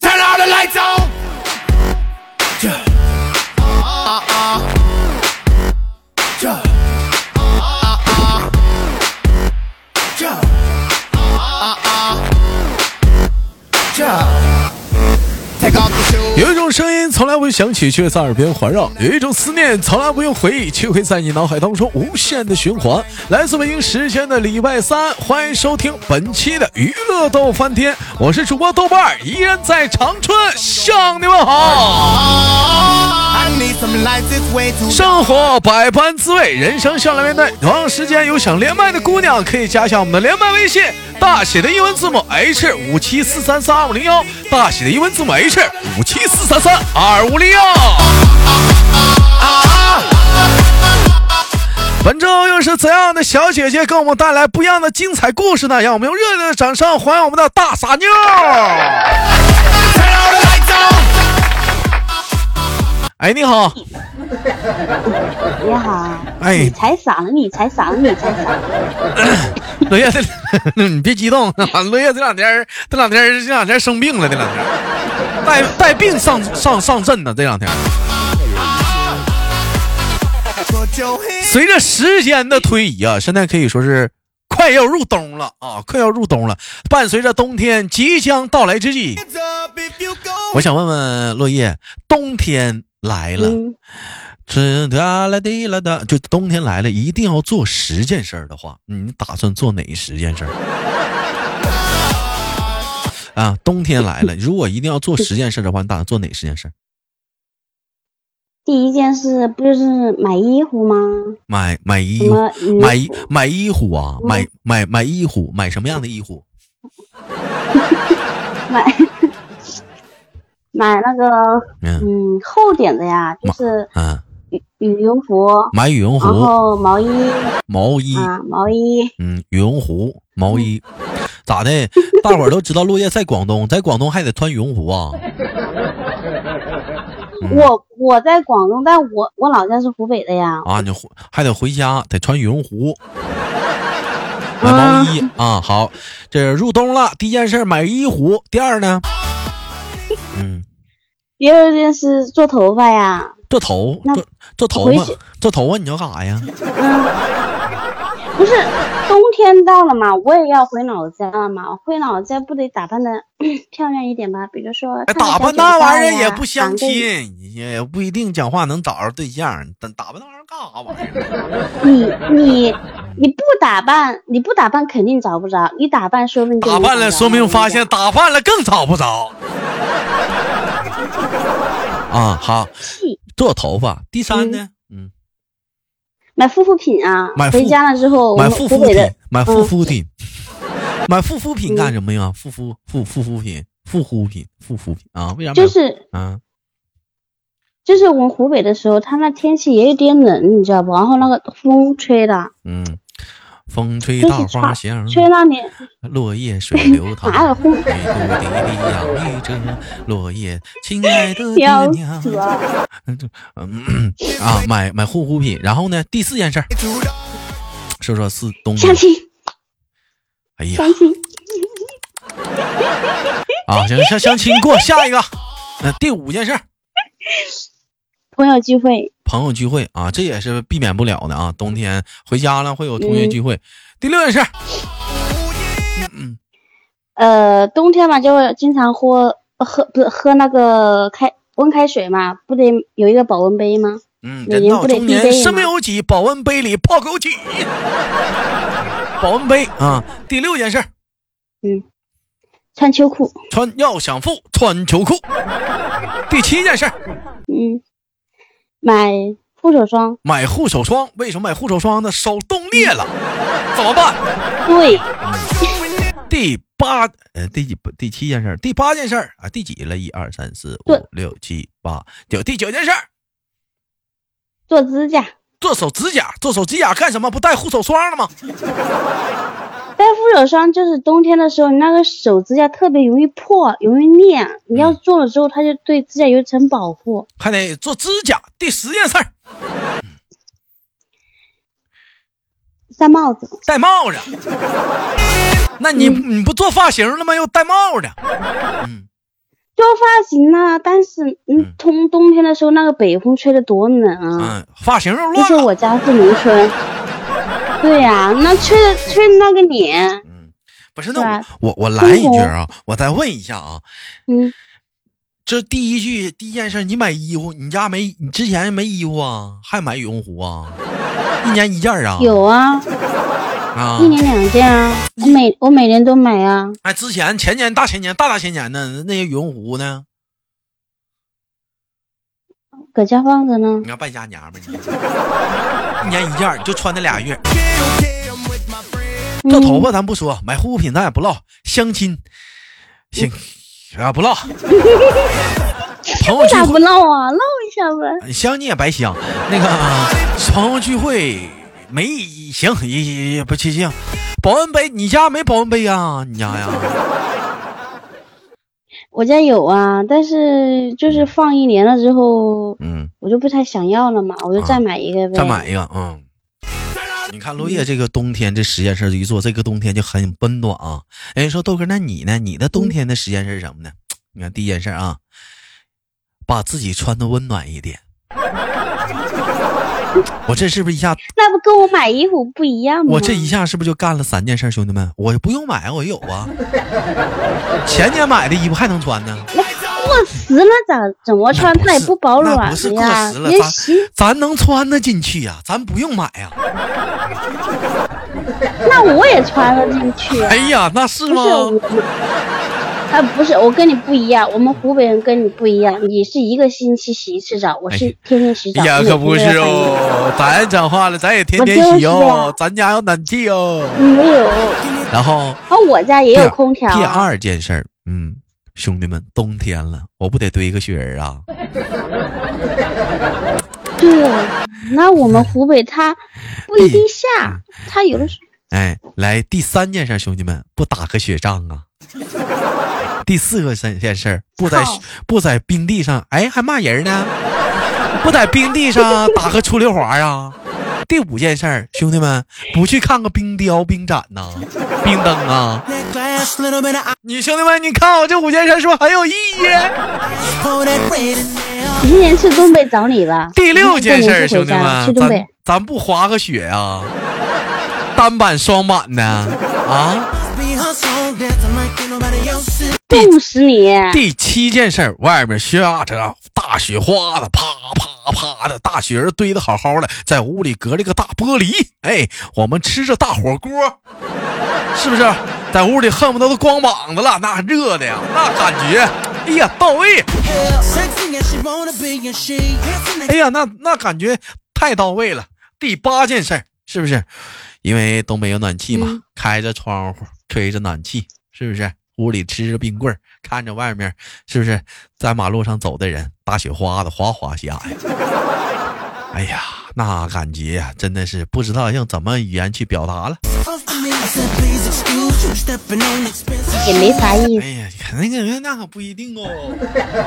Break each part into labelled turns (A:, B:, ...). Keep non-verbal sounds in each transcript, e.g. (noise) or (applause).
A: 来走。这啊啊，这啊啊，这啊啊，这。Take off the shoes.
B: 有一种声音从来不会响起，却在耳边环绕；有一种思念从来不用回忆，却会在你脑海当中无限的循环。来自北京时间的礼拜三，欢迎收听本期的娱乐逗翻天，我是主播豆瓣儿，依然在长春向你们好。
A: I need some lights, it's way too
B: 生活百般滋味，人生向来面对。同样时间有想连麦的姑娘，可以加一下我们的连麦微信，大写的英文字母 H 五七四三三二五零幺，大写的英文字母 H 五七四三三二五零幺。本周又是怎样的小姐姐给我们带来不一样的精彩故事呢？让我们用热烈的掌声欢迎我们的大傻妞！
A: Turn all the lights on.
B: 哎，你好，
C: 你好，啊
B: 哎
C: 你才嗓子，你才嗓子，你才嗓子，
B: (laughs) 罗叶这，你别激动，罗叶这两天儿这两天儿这两天儿生病了，这两天儿带带病上上上阵呢，这两天儿。
A: Put your hands.
B: 随着时间的推移啊，现在可以说是快要入冬了啊，快要入冬了。伴随着冬天即将到来之际，
A: up if you go.
B: 我想问问落叶，冬天来了，
C: 嗯，
B: 知哒啦滴啦哒，就冬天来了，一定要做十件事儿的话，你打算做哪十件事儿？啊，冬天来 (laughs) 了，如果一定要做十件事儿的话，你打算做哪十件事儿？
C: 第一件事不就是买衣服吗？
B: 买买衣
C: 什
B: 服
C: 么，嗯羽
B: 买衣买衣服啊，买买买衣服，买什么样的衣服？
C: 买 (laughs) 买那个
B: 嗯
C: 嗯厚点的呀，就是
B: 嗯、
C: 羽羽绒服，
B: 买羽绒
C: 然
B: 服、
C: 后毛衣
B: 毛衣，
C: 啊毛衣，
B: 嗯，羽绒服、毛衣，咋的？大伙儿都知道落叶在广东，在广东还得穿羽绒服啊。
C: 我我在广东，但我我老家是湖北的呀，
B: 啊，你回还得回家得穿羽绒服，买毛衣啊。好，这入冬了，第一件事儿买衣服，第二
C: (laughs)
B: 呢，嗯，
C: 第二件事做头发呀，
B: 做头
C: 那
B: 做做头
C: 回
B: 发
C: 去，
B: 做头啊发你要干啥呀？
C: 不是冬天到了嘛，我也要回老家了嘛，回老家不得 (clears throat) 打扮的漂亮一点吧？比如说
B: 哎，
C: 烫
B: 打
C: 个小
B: 扮
C: 卷
B: 那
C: 发
B: 玩意儿
C: 呀
B: 也不相。
C: 绑个
B: 亲，也不一定讲话能找着对象。打打扮那玩意儿干啥玩意儿？
C: 你你你不打扮，你不打扮肯定找不着，你打扮说不定就
B: 打
C: 能
B: 扮
C: 找
B: 了，
C: 着
B: 说明
C: 我跟你
B: 发现
C: 讲
B: 打扮了更找不着。 (laughs) 啊，好，
C: 气。
B: 做头发。第三呢，嗯，
C: 买护肤品啊
B: 买，护
C: 回家了之后，我
B: 买
C: 们
B: 护
C: 湖
B: 肤
C: 北的
B: 品，买护
C: 嗯
B: 肤品，买护肤品干什么呀？护肤护护肤品，护肤品，护肤品啊？为啥买？
C: 就是
B: 啊，
C: 就是我们湖北的时候，它那天气也有点冷，你知道不？然后那个风吹的，
B: 嗯，风吹
C: 就
B: 稻
C: 是
B: 花
C: 吹
B: 香，
C: 吹那里
B: 落叶水流
C: (laughs)
B: 淌，
C: 哪有
B: 美
C: 风
B: 露滴滴养育着落叶。亲爱的
C: (laughs)
B: 爹
C: 飘
B: 娘，
C: 死啊了。
B: 嗯啊，买买护肤品。然后呢，第四件事儿，说说是冬天
C: 相。亲
B: 哎呀，
C: 相亲，
B: 啊，行，相相亲过下一个。呃，第五件事儿，
C: 朋友聚会，
B: 朋友聚会
C: 嗯
B: 啊，这也是避免不了的啊。冬天回家了会有同学聚
C: 嗯
B: 会。第六件事儿，
C: 呃，冬天嘛，就经常喝呃喝不是喝那个开温开水嘛，不得有一个保温杯吗？
B: 嗯，
C: 每
B: 人
C: 人
B: 到
C: 不得
B: 中
C: 必备
B: 年身
C: 吗
B: 不由己，保温杯里泡枸杞。
C: (laughs)
B: 保温杯啊。第六件事儿，
C: 穿秋裤，
B: 穿要想富，穿秋裤。第七件事儿，
C: 嗯，买护手霜，
B: 买护手霜。为什么买护手霜呢？手冻裂了，
C: 嗯
B: 怎么办？
C: 对，
B: 第八呃第几第七件事儿，第八件事儿啊，第几了？一二三四
C: 对
B: 五六七八九，第九件事儿，
C: 做指甲，
B: 做手指甲，做手指甲干什么？不带护手霜了吗？
C: 戴护手霜就是冬天的时候，你那个手指甲特别容易破，容易裂，啊你要做了之后，它就对指甲有一层保护。
B: 还得做指甲。第十件事儿，
C: 戴帽子，
B: 戴帽子。那你你不做发型了吗？又戴帽子。嗯，
C: 就发型呢，但是嗯，冬冬天的时候那个北风吹得多冷啊！
B: 嗯，发型又
C: 不
B: 乱
C: 是
B: 了。
C: 我家是农村，对呀、那吹的吹的那个脸，
B: 不是，
C: 对
B: 那
C: 啊
B: 我我我来一句啊，我再问一下啊，
C: 嗯，
B: 这第一句第一件事，你买衣服，你家没，你之前没衣服啊，还买羽绒服啊？一年一件儿啊？
C: 有啊，
B: 啊
C: 一。年两件啊，我每我每年都买啊，
B: 哎，之前前年、大前年、大大前年的那些羽绒服呢？
C: 搁家放着呢
B: 你。看败家娘们儿，你 (laughs) 一年一件儿就穿那俩月。掉头
C: 嗯，
B: 发咱不说，买护肤品咱也不唠，相亲，行啊不唠，朋友
C: 嗯 (laughs) 为
B: 聚
C: 啥不
B: 会
C: 唠啊？唠一下呗。
B: 相你也白相，那个朋友聚会没行也也也不去行，保温杯你家没保温杯啊？你家呀？
C: 我家有啊，但是就是放一年了之后，
B: 嗯，
C: 我就不太想要了嘛，我就
B: 啊
C: 再买一个呗。
B: 再买一个，嗯。你看落叶这个冬天这十件事儿一做，这个冬天就很温暖啊。人家说豆哥，那你呢？你的
C: 嗯
B: 冬天的十件事是什么呢？你看第一件事啊，把自己穿的温暖一点。我这是不是一下？
C: 那不跟我买衣服不一样吗？
B: 我这一下是不是就干了三件事儿？兄弟们，我不用买，我有啊。前年买的衣服还能穿呢，
C: 过时了咋怎么穿？它也
B: 不是
C: 不保暖
B: 那不是过
C: 呀，
B: 时了
C: 也
B: 咱
C: 洗。
B: 咱能穿得进去呀、咱不用买呀、
C: 那我也穿了进去啊。
B: 哎呀，那是
C: 不是
B: 吗？
C: 我，啊不是，我跟你不一样，我们湖北人跟你不一样，你是一个星期洗一次澡，我
B: 哎
C: 是天天洗澡。
D: 呀，
C: 你
D: 可不是
C: 也会换衣服。 (laughs)
D: 哦，咱讲话了，咱也天天洗
C: 啊
D: 哦，咱家有暖气
C: (laughs)
D: 哦。
C: 没有，
D: 然后
C: 啊，我家也有空调
B: 第
C: 啊。
B: 二件事儿，嗯，兄弟们，冬天了，我不得堆个雪人啊？
C: 对哦，那我们湖北它不一定下，它有的时候
B: 哎，来第三件事儿，兄弟们，不打个雪仗啊。 (laughs) 第四个三件事儿，不在
C: 操
B: 不在冰地上，哎，还骂人呢，不在冰地
C: (laughs)
B: 上打个出溜滑啊。第五件事儿，兄弟们，不去看个冰雕、冰展呐、冰灯啊。你兄弟们，你看我这五件事儿是不是很有意义？
C: 你今年去东北找你吧。
B: 第六件事儿，
C: 嗯你过
B: 兄弟
C: 年就回家
B: 们
C: 去，东北
B: 咱。咱不滑个雪啊，单板、双板的
C: 嗯
B: 啊。
C: 冻死你！
B: (laughs) 第七件事儿，外面下着大雪花子，啪啪啪的，大雪人堆的好好的，在屋里隔着个大玻璃，哎，我们吃着大火锅，是不是？在屋里恨不得都光膀子了，那热的呀，那感觉，哎呀，到位， (laughs) 哎呀，那那感觉太到位了。第八件事儿是不是？因为东北有暖气嘛，开着窗户吹着暖气，是不是？屋里吃着冰棍儿，看着外面是不是在马路上走的人，大雪花子哗哗下呀。 (laughs) 哎呀，那感觉呀、真的是不知道用怎么语言去表达了。
C: 也没啥意
B: 哎
C: 思。
B: 呀，那个那可不一定哦。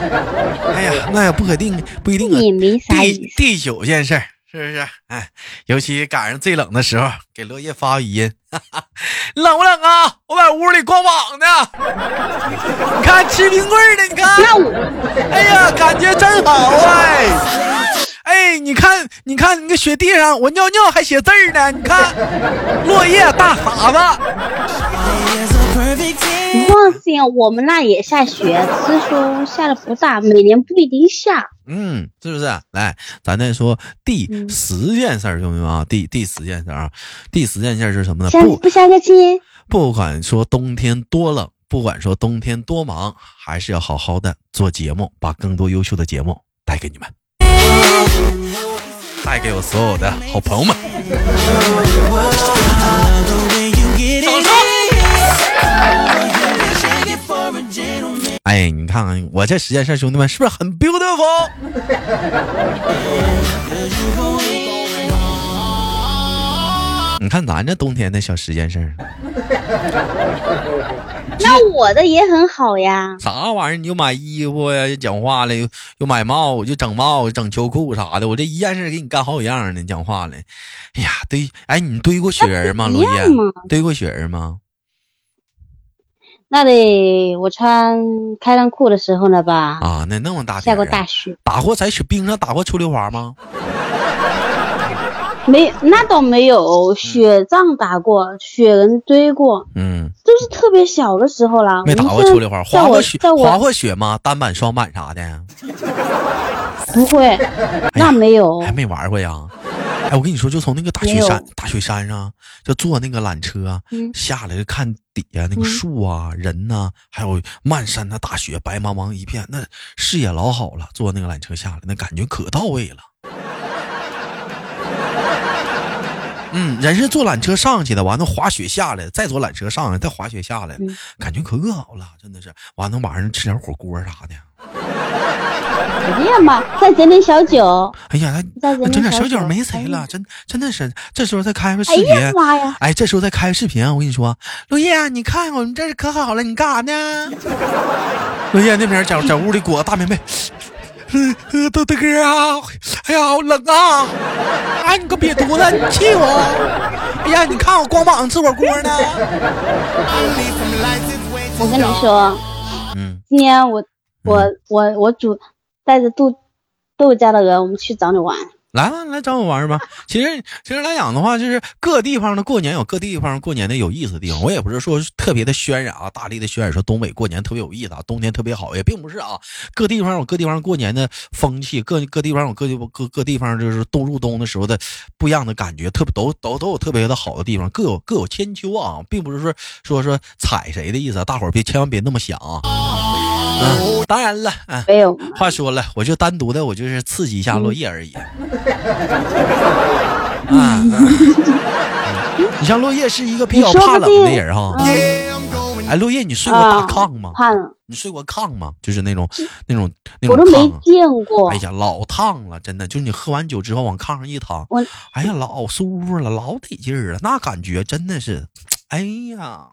B: (laughs) 哎呀，那也不可定，不一定啊。
C: 也没啥
B: 第
C: 意思，
B: 第九件事儿是不是？哎，尤其赶上最冷的时候，给落叶发语音， (laughs) 冷不冷啊？我在屋里光膀呢，你 (laughs) 看吃冰棍儿呢，你看，
C: 那我
B: 哎呀，感觉真好哎。哎，你看，你看，你个雪地上，我尿尿还写字儿呢。你看，落叶大傻子，
C: 不放心，我们那也下雪，只是说下的不大，每年不一定下。
B: 嗯，是不是？来，咱再说第
C: 嗯
B: 十件事儿，兄弟们啊，第第十件事儿啊，第十件事儿是什么呢？
C: 相
B: 不
C: 不相个亲？
B: 不管说冬天多冷，不管说冬天多忙，还是要好好的做节目，把更多优秀的节目带给你们，带给我所有的好朋友们。哎，你看看我这十件事，兄弟们是不是很 beautiful？你看咱这冬天的小十件事儿，
C: 那我的也很好呀。
B: 啥玩意儿？你又买衣服呀，又讲话了，又又买帽，又整帽，整秋裤啥的。我这一件事儿给你干好几样呢，讲话了。哎呀，堆，哎，你堆过雪人吗，
C: 那不
B: 罗
C: 一
B: 叶
C: 样吗？
B: 堆过雪人吗？
C: 那得我穿开裆裤的时候了吧？
B: 啊，那那么大
C: 下
B: 点
C: 过
B: 儿
C: 大
B: 啊，
C: 雪，
B: 打过在雪冰上打过秋梨花吗？
C: 没那倒没有，雪仗打过，雪人堆过，
B: 嗯，
C: 都是特别小的时候啦。
B: 没打
C: 我
B: 过
C: 们现
B: 秋
C: 在
B: 梨花，
C: 在
B: 滑
C: 我
B: 过雪
C: 在
B: 滑
C: 我
B: 过雪吗？单板、双板啥的，
C: 不会，那没有
B: 哎还。没玩过呀。哎，我跟你说，就从那个大雪
C: 没有
B: 山大雪山上，就坐那个缆车、啊
C: 嗯
B: 下来，就看底下那个
C: 嗯
B: 树啊、人呐、还有漫山那大雪，白茫茫一片，那视野老好了。坐那个缆车下来，那感觉可到位
C: (laughs)
B: 了。嗯，人是坐缆车上去的，完了滑雪下来，再坐缆车上来，再滑雪下来，
C: 嗯
B: 感觉可饿好了，真的是。完了晚上吃点火锅啥的，
C: 哎呀妈，再整点小酒，
B: 哎呀，还
C: 再整
B: 整点
C: 点
B: 小酒
C: 酒
B: 没谁了，。真真的是。这时候再开个视
C: 哎
B: 频，
C: 呀妈呀！
B: 哎，这时候再开视频啊，我跟你说，陆叶啊，你看我们这儿可好了，你干啥呢？ (laughs) 陆叶那边在在屋里裹个大棉被，嗯呃，豆豆哥啊，哎呀，好冷啊！哎，你个瘪犊子，你气我！哎呀，你看我光膀子吃火锅呢。
C: 我跟你说，
B: 嗯，
C: 今年我我我我主带着豆豆家的人，我们去找你玩。
B: 来吧，来找我玩吧。 (laughs) 其实，其实来讲的话，就是各地方的过年有各地方过年的有意思的地方。我也不是说是特别的渲染啊，大力的渲染说东北过年特别有意思啊，冬天特别好，也并不是啊。各地方有各地方过年的风气，各各地方有各地各各地方就是冬入冬的时候的不一样的感觉，特别都都都有特别的好的地方，各有各有千秋啊，并不是说说说踩谁的意思啊，大伙儿别千万别那么想啊。嗯，当然了，嗯。
C: 没有，
B: 话说了，我就单独的，我就是刺激一下落叶而
C: (laughs)
B: 已。啊，你像落叶是一个比较
C: 你说
B: 怕
C: 不
B: 冷的
C: 定
B: 人哈。哎，落叶，你睡过大
C: 啊，
B: 炕吗？
C: 怕冷，
B: 你睡过炕吗？就是那种那种那
C: 我
B: 种
C: 都没
B: 炕啊。
C: 见过
B: 哎。呀，老烫了，真的，就是你喝完酒之后往炕上一躺
C: 我，
B: 哎呀，老舒服了，老得劲儿了，啊那感觉真的是，哎
C: (laughs)
B: 呀，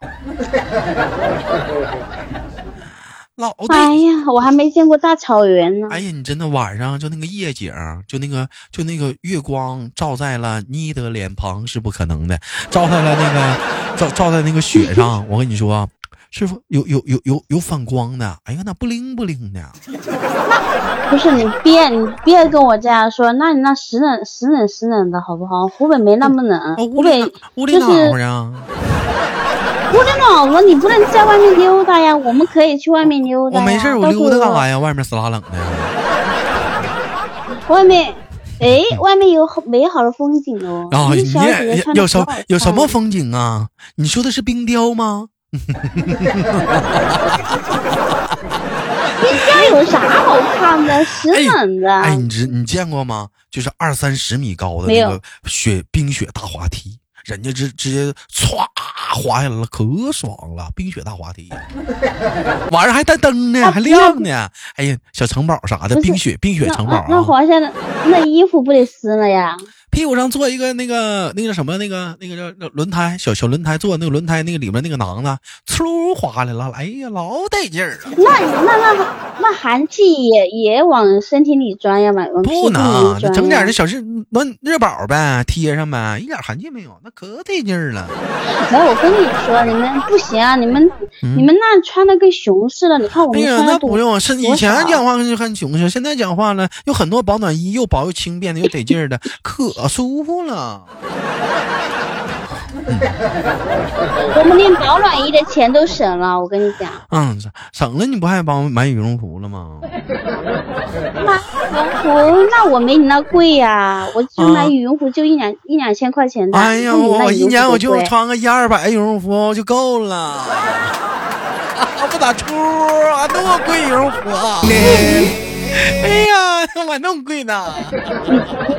B: 老得劲
C: 哎呀，我还没见过大草原呢。
B: 哎呀，你真的晚上就那个夜景儿，就那个就那个月光照在了你的脸庞是不可能的，照在了那个照照在那个雪上，我跟你说啊，是不有有有有有反光的？哎呀，那不灵不灵的，啊
C: 不是你别你别跟我这样说，那你那时冷时冷时冷的好不好？湖北没那么冷，
B: 哦，屋
C: 湖
B: 里
C: 北
B: 哪屋里
C: 就
B: 哪
C: 是
B: 会儿啊？
C: 窝着脑子，你不能在外面溜达呀。我们可以去外面溜达
B: 我哦
C: 呀。
B: 没事儿，我
C: 到处
B: 溜达干啥呀？外面死拉冷的
C: 外面，哎，外面有好美好的风景哦。
B: 啊！
C: 一
B: 你
C: 个小姐姐
B: 也
C: 穿
B: 有
C: 的
B: 什有什么？风景啊？你说的是冰雕吗？
C: 冰雕有啥好看的？时冷的。
B: 哎，你知你见过吗？就是二三十米高的
C: 没
B: 那
C: 有
B: 个雪冰雪大滑梯，人家直直接歘滑下来了，可爽了！冰雪大滑梯，晚上还带灯呢，
C: 啊
B: 还亮呢。哎呀，小城堡啥的，
C: 不是
B: 冰雪冰雪
C: 那
B: 城堡
C: 那那
B: 啊，
C: 华夏的那衣服不得湿了呀？
B: 屁股上坐一个那个那个叫什么那个那个叫叫轮胎小小轮胎坐那个轮胎那个里面那个囊子，嗖滑来了，哎呀，老得劲儿了。啊
C: 那那那那寒气也也往身体里钻呀，往往屁股
B: 不
C: 里
B: 能，
C: 钻呀。
B: 整点那小热暖热宝呗，贴上呗，一点痕迹没有，那可得劲儿了。
C: 哎，我跟你说，你们不行啊，你们、
B: 嗯
C: 你们那穿的跟熊似的，你看我
B: 哎
C: 们
B: 呀，
C: 穿
B: 那
C: 的多。
B: 不用，是以
C: 多
B: 前
C: 少啊
B: 讲话就很穷是，现在讲话了，有很多保暖衣，又薄又轻便的，又得劲儿的，可舒服了。
C: 我们连保暖衣的钱都省了，我跟你讲，
B: 嗯，省了你不还帮买羽绒服了吗？
C: 啊我那我没你那贵呀、我就
B: 啊
C: 买羽绒服就一两、一两千块钱的，
B: 哎呀，
C: 那你
B: 我
C: 那
B: 我
C: 羽
B: 一
C: 绒
B: 年
C: 服
B: 我
C: 多
B: 就
C: 贵啊
B: 穿个一二百羽绒服就够了，
C: (laughs)
B: 不咋出啊，那么贵羽绒服啊！ (laughs) 哎呀，我那么贵呢？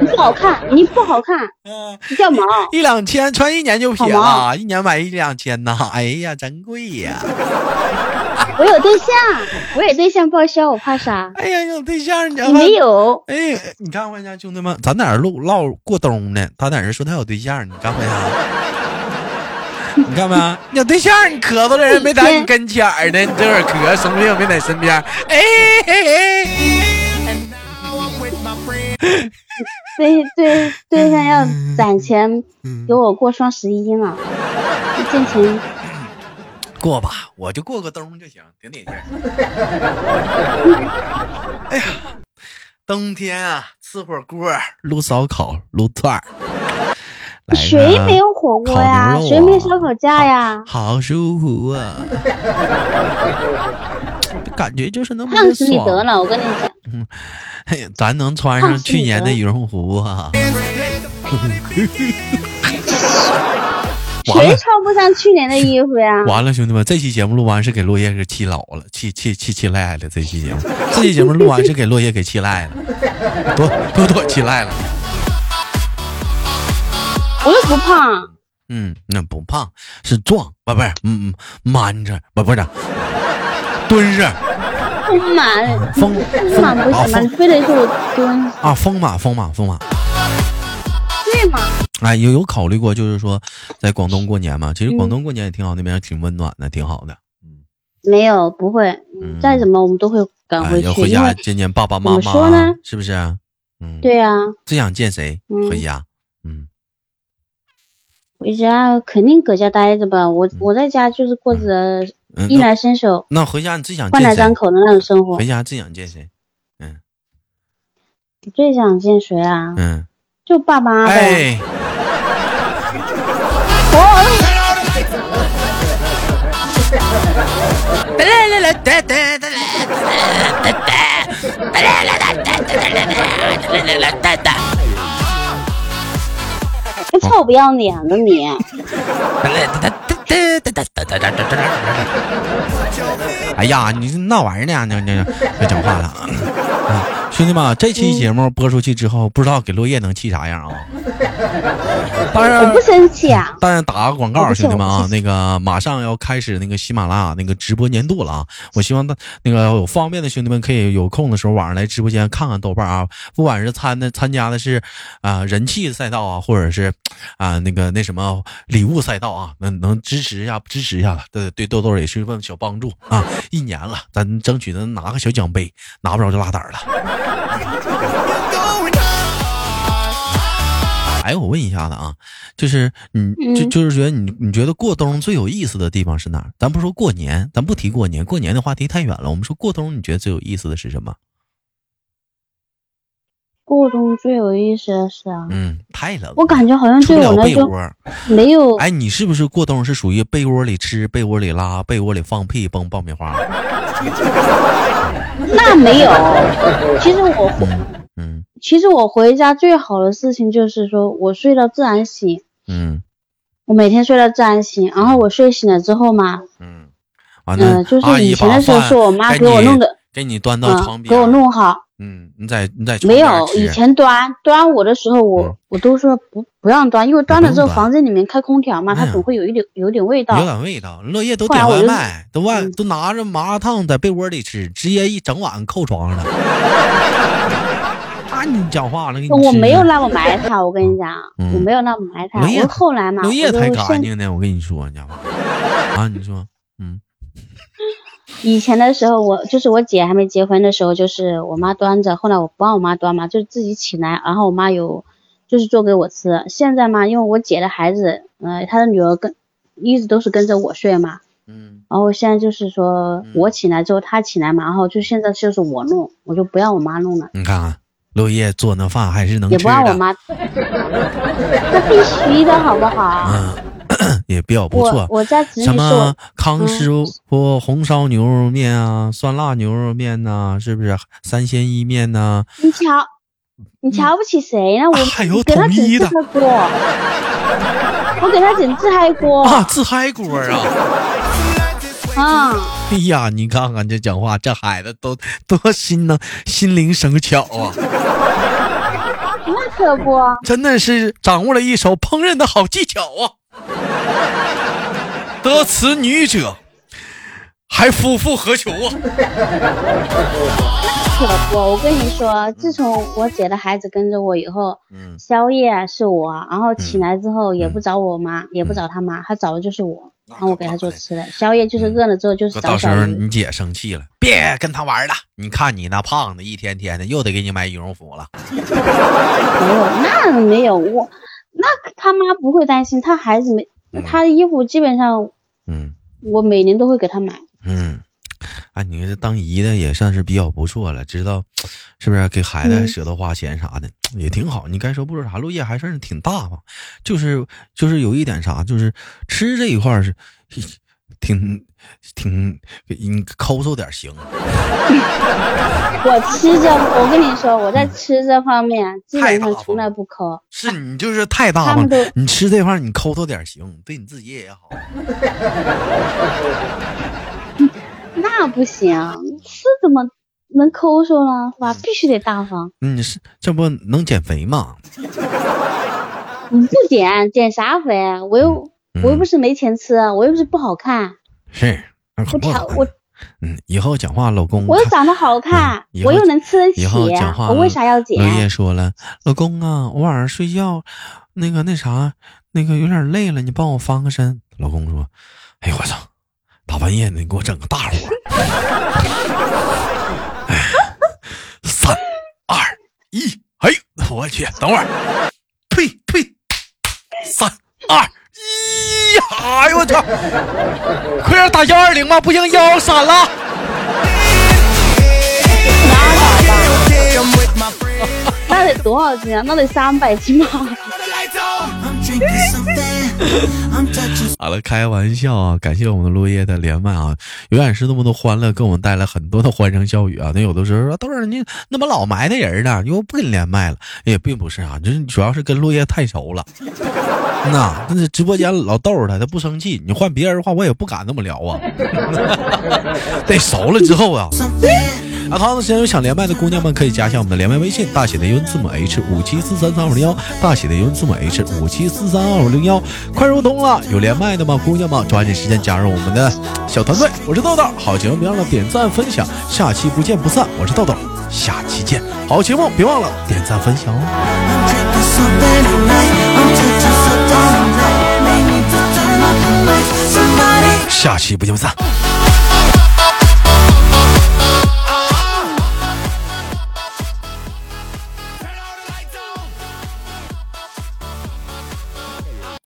C: 你不好看，你不好看，
B: 嗯，
C: 你掉毛。
B: 一两千穿一年就撇
C: 好
B: 了，
C: 吗
B: 一年买一两千呐，哎呀，真贵呀！
C: 我有对象，我有对象报销，我怕啥？
B: 哎呀，有对象你知道
C: 你
B: 吗
C: 没有，
B: 哎，你看回家兄弟们，咱在这唠唠过冬呢，他在这说他有对象，你看没呀？ (laughs) 你看没？啊你有对象，你咳嗽的人没在你跟前儿呢，你这会儿咳生病没在身边儿，哎嘿嘿，
C: 对对对象要
B: 嗯
C: 攒钱给我过双十一呢，挣钱
B: 过吧，我就过个冬就行，挺得劲儿。 (laughs) 哎呀，冬天啊，吃火锅，撸烧烤，撸串儿，来个
C: 谁没有火锅呀、
B: 哎烤牛肉啊
C: 谁没烧烤架呀？
B: 好舒服
C: (laughs)
B: 啊！感觉就是那么
C: 烫
B: 的
C: 死你得
B: 爽，
C: 了！我跟你讲，
B: 嘿咱能穿上去年的羽绒服啊！完了
C: 谁穿不上去年的衣服呀？
B: 完了，兄弟们，这期节目录完是给落叶给气老了，气气气气赖了。这期节目，这期节目录完是给落叶给气赖了，多多多气赖了。
C: 我又不胖，
B: 嗯，那不胖是壮，不不是，嗯嗯，蛮着，不不是，蹲着，
C: 丰满，
B: 丰
C: 丰满哎不
B: 啊
C: 行吗？
B: 丰
C: 你非得说我蹲，
B: 啊丰满丰满丰满。
C: 对吗？
B: 哎，有有考虑过，就是说在广东过年嘛？其实广东过年也挺好，那边挺温暖的，挺好的。
C: 没有，不会
B: 嗯。
C: 再怎么我们都会赶
B: 哎，
C: 回去，
B: 要回
C: 因
B: 家
C: 为
B: 见见爸爸
C: 怎
B: 妈
C: 么
B: 妈
C: 说
B: 啊
C: 呢，
B: 是不是啊？嗯，
C: 对呀、啊，
B: 最想见谁？
C: 嗯
B: 回家。嗯，
C: 回家肯定搁家待着吧。我我在家就是过着
B: 嗯
C: 衣来伸手、
B: 那回家你最想
C: 饭来
B: 见谁
C: 张？口的那种生活
B: 回。家最想见谁？
C: 你最想见谁啊？
B: 嗯，
C: 就爸妈呗。
B: 哎，哎 (laughs)
C: 你哎臭不要脸
B: (laughs)
C: 的你！
B: 哎呀，你这闹玩意儿呢？你你别讲话了。啊，兄弟们，这期节目播出去之后，不知道给落叶能气啥样啊？当然
C: 我不生气啊，
B: 但是打个广告
C: 我
B: 啊，
C: 不
B: 兄弟
C: 信
B: 们
C: 我
B: 啊
C: 不，信
B: 那个马上要开始那个喜马拉雅那个直播年度了啊！我希望大那个有方便的兄弟们可以有空的时候晚上来直播间看看豆瓣啊，不管是参的参加的是啊、人气赛道啊，或者是啊、那个那什么礼物赛道啊，能能支持一下支持一下了，对对豆豆也是一份小帮助啊！一年了，咱争取能拿个小奖杯，拿不着就拉倒 (laughs) 了。哎，我问一下子啊，就是你就
C: 嗯
B: 就是觉得你你觉得过冬最有意思的地方是哪儿？咱不说过年，咱不提过年，过年的话题太远了。我们说过冬，你觉得最有意思的是什么？
C: 过冬最有意思的是啊，
B: 嗯，太冷了，
C: 我感觉好像
B: 出
C: 对
B: 不
C: 我
B: 了
C: 来
B: 被
C: 说
B: 窝。
C: 没有。
B: 哎，你是不是过冬是属于被窝里吃、被窝里拉、被窝里放屁、崩爆米花？
C: 那没
B: (laughs)
C: 有。其实我回，
B: 嗯嗯
C: 其实我回家最好的事情就是说我睡到自然醒，
B: 嗯
C: 我每天睡到自然醒，然后我睡醒了之后嘛，
B: 嗯，完
C: 嗯、
B: 了，
C: 就是
B: 阿
C: 以
B: 姨
C: 前
B: 把
C: 的时候
B: 饭
C: 是我妈
B: 哎
C: 给我
B: 你
C: 弄的，
B: 给你端到
C: 嗯
B: 床，边，
C: 给我，弄好。
B: 嗯，你在你在床
C: 没
B: 边
C: 有，
B: 吃
C: 以前端端我的时候，我、
B: 嗯
C: 我都说不不让端，因为端了之后
B: 不用端
C: 房间里面开空调嘛，它
B: 哎呀
C: 总会有一点有点味道。
B: 有点味道。落叶都
C: 后来
B: 点
C: 我
B: 外
C: 就
B: 卖，都外、
C: 嗯
B: 都拿着麻辣烫在被窝里吃，直接一整晚扣床上了。那、你讲话了，给你
C: 我
B: 吃
C: 没有
B: 的
C: 那么埋汰，我跟你讲，
B: 嗯
C: 我没有那么埋汰。
B: 落叶
C: 我后来嘛，
B: 落
C: 我
B: 叶
C: 就
B: 才干
C: 现
B: 净呢。我跟你说，你讲话啊，你说，嗯
C: 以前的时候，我就是我姐还没结婚的时候，就是我妈端着，后来我不让我妈端嘛，就是自己起来，然后我妈有就是做给我吃。现在嘛，因为我姐的孩子，呃，她的女儿跟一直都是跟着我睡嘛，
B: 嗯
C: 然后现在就是说我起来之后她起来嘛，然后就现在就是我弄，我就不让我妈弄了，
B: 你看看落叶做那饭还是能
C: 也
B: 吃
C: 不让我
B: 的，
C: 妈， (laughs) 那必须的好不好？
B: 嗯，也比较不
C: 我
B: 错。
C: 我家侄女是
B: 什么
C: 我
B: 康
C: 嗯
B: 师傅红烧牛肉面啊，酸辣牛肉面呐、是不是三鲜意面呐、
C: 你瞧，你瞧不起谁呢？我、
B: 啊还有
C: 给他
B: 统
C: 整
B: 一
C: 自
B: 的
C: 嗨锅， (laughs) 我给他整自嗨锅
B: 啊，自嗨锅啊。
C: 啊！
B: 哎呀，你看看这讲话，这孩子都多心呢，心灵手巧啊，
C: 那可不，
B: 真的是掌握了一手烹饪的好技巧啊。得此女者，还夫复何求啊？
C: 可不，我跟你说，自从我姐的孩子跟着我以后，
B: 嗯
C: 宵夜啊是我，然后起来之后也不找我妈，也
B: 嗯
C: 不找他妈，他找的就是我，然后我给他做吃的。宵夜就是饿了之后就是
B: 说
C: 找
B: 嗯到时
C: 小
B: 候
C: 鱼，
B: 你姐生气了，别跟他玩了。你看你那胖子，一天天的又得给你买羽绒服了。
C: 没有，那没有我，那他妈不会担心，他孩子没，他的衣服基本上
B: 嗯，
C: 我每年都会给他买。
B: 嗯，啊，你这当姨的也算是比较不错了，知道是不是？给孩子
C: 嗯
B: 舍得花钱啥的、也挺好。你该说不说啥，落叶还算是挺大方，就是就是有一点啥，就是吃这一块儿是挺挺你抠搜点儿行，啊
C: 我吃这，我跟你说，我在吃这方面啊基
B: 嗯太
C: 本
B: 大
C: 上
B: 方
C: 从来不抠。
B: 是你就是太大
C: 他
B: 方
C: 们
B: 了
C: 都。
B: 你吃这块儿你抠搜点儿行，对你自己也好。
C: 那不行，是怎么能抠搜呢？是吧？必须得大方，
B: 嗯，是这不能减肥吗？
C: 你不减减啥肥？啊我又
B: 嗯
C: 我又不是没钱吃，啊我又不是不好看，
B: 是，那可
C: 我
B: 不咋的
C: 挑我
B: 嗯，以后讲话，老公
C: 我又
B: 看
C: 长得好看，
B: 嗯以后
C: 我又能吃得起
B: 以后讲，话
C: 我为啥要减
B: 娄？烨说了，老公啊，我晚上睡觉，那个那啥，那个有点累了，你帮我翻个身。老公说，哎呦我操，大半夜的你给我整个大活儿。 (laughs) 哎，三二一，哎呦我去，等会儿，呸呸，三二一呀，哎呦我操，快点打幺二零吧，不行幺二闪了。
C: 那得多少斤啊？那得三百斤吧。
B: 好了，开玩笑啊！感谢我们的落叶的连麦啊，永远是那么多欢乐，给我们带来很多的欢声笑语啊。那有的时候说豆儿，你那么老埋汰人呢，你又不跟你连麦了，也并不是啊，就是主要是跟落叶太熟了。那那直播间老逗他，他不生气。你换别人的话，我也不敢那么聊啊。 (laughs) 得熟了之后啊，啊，同样的时间有想连麦的姑娘们，可以加一下我们的连麦微信，大写的英文字母 H 五七四三三二零幺，大写的英文字母 H 五七四三二零幺。快入冬了，有连麦的吗？姑娘们，抓紧时间加入我们的小团队。我是豆豆，好节目别忘了点赞分享，下期不见不散。我是豆豆，下期见。好节目别忘了点赞分享哦。
E: Somebody
B: 下期不见不散。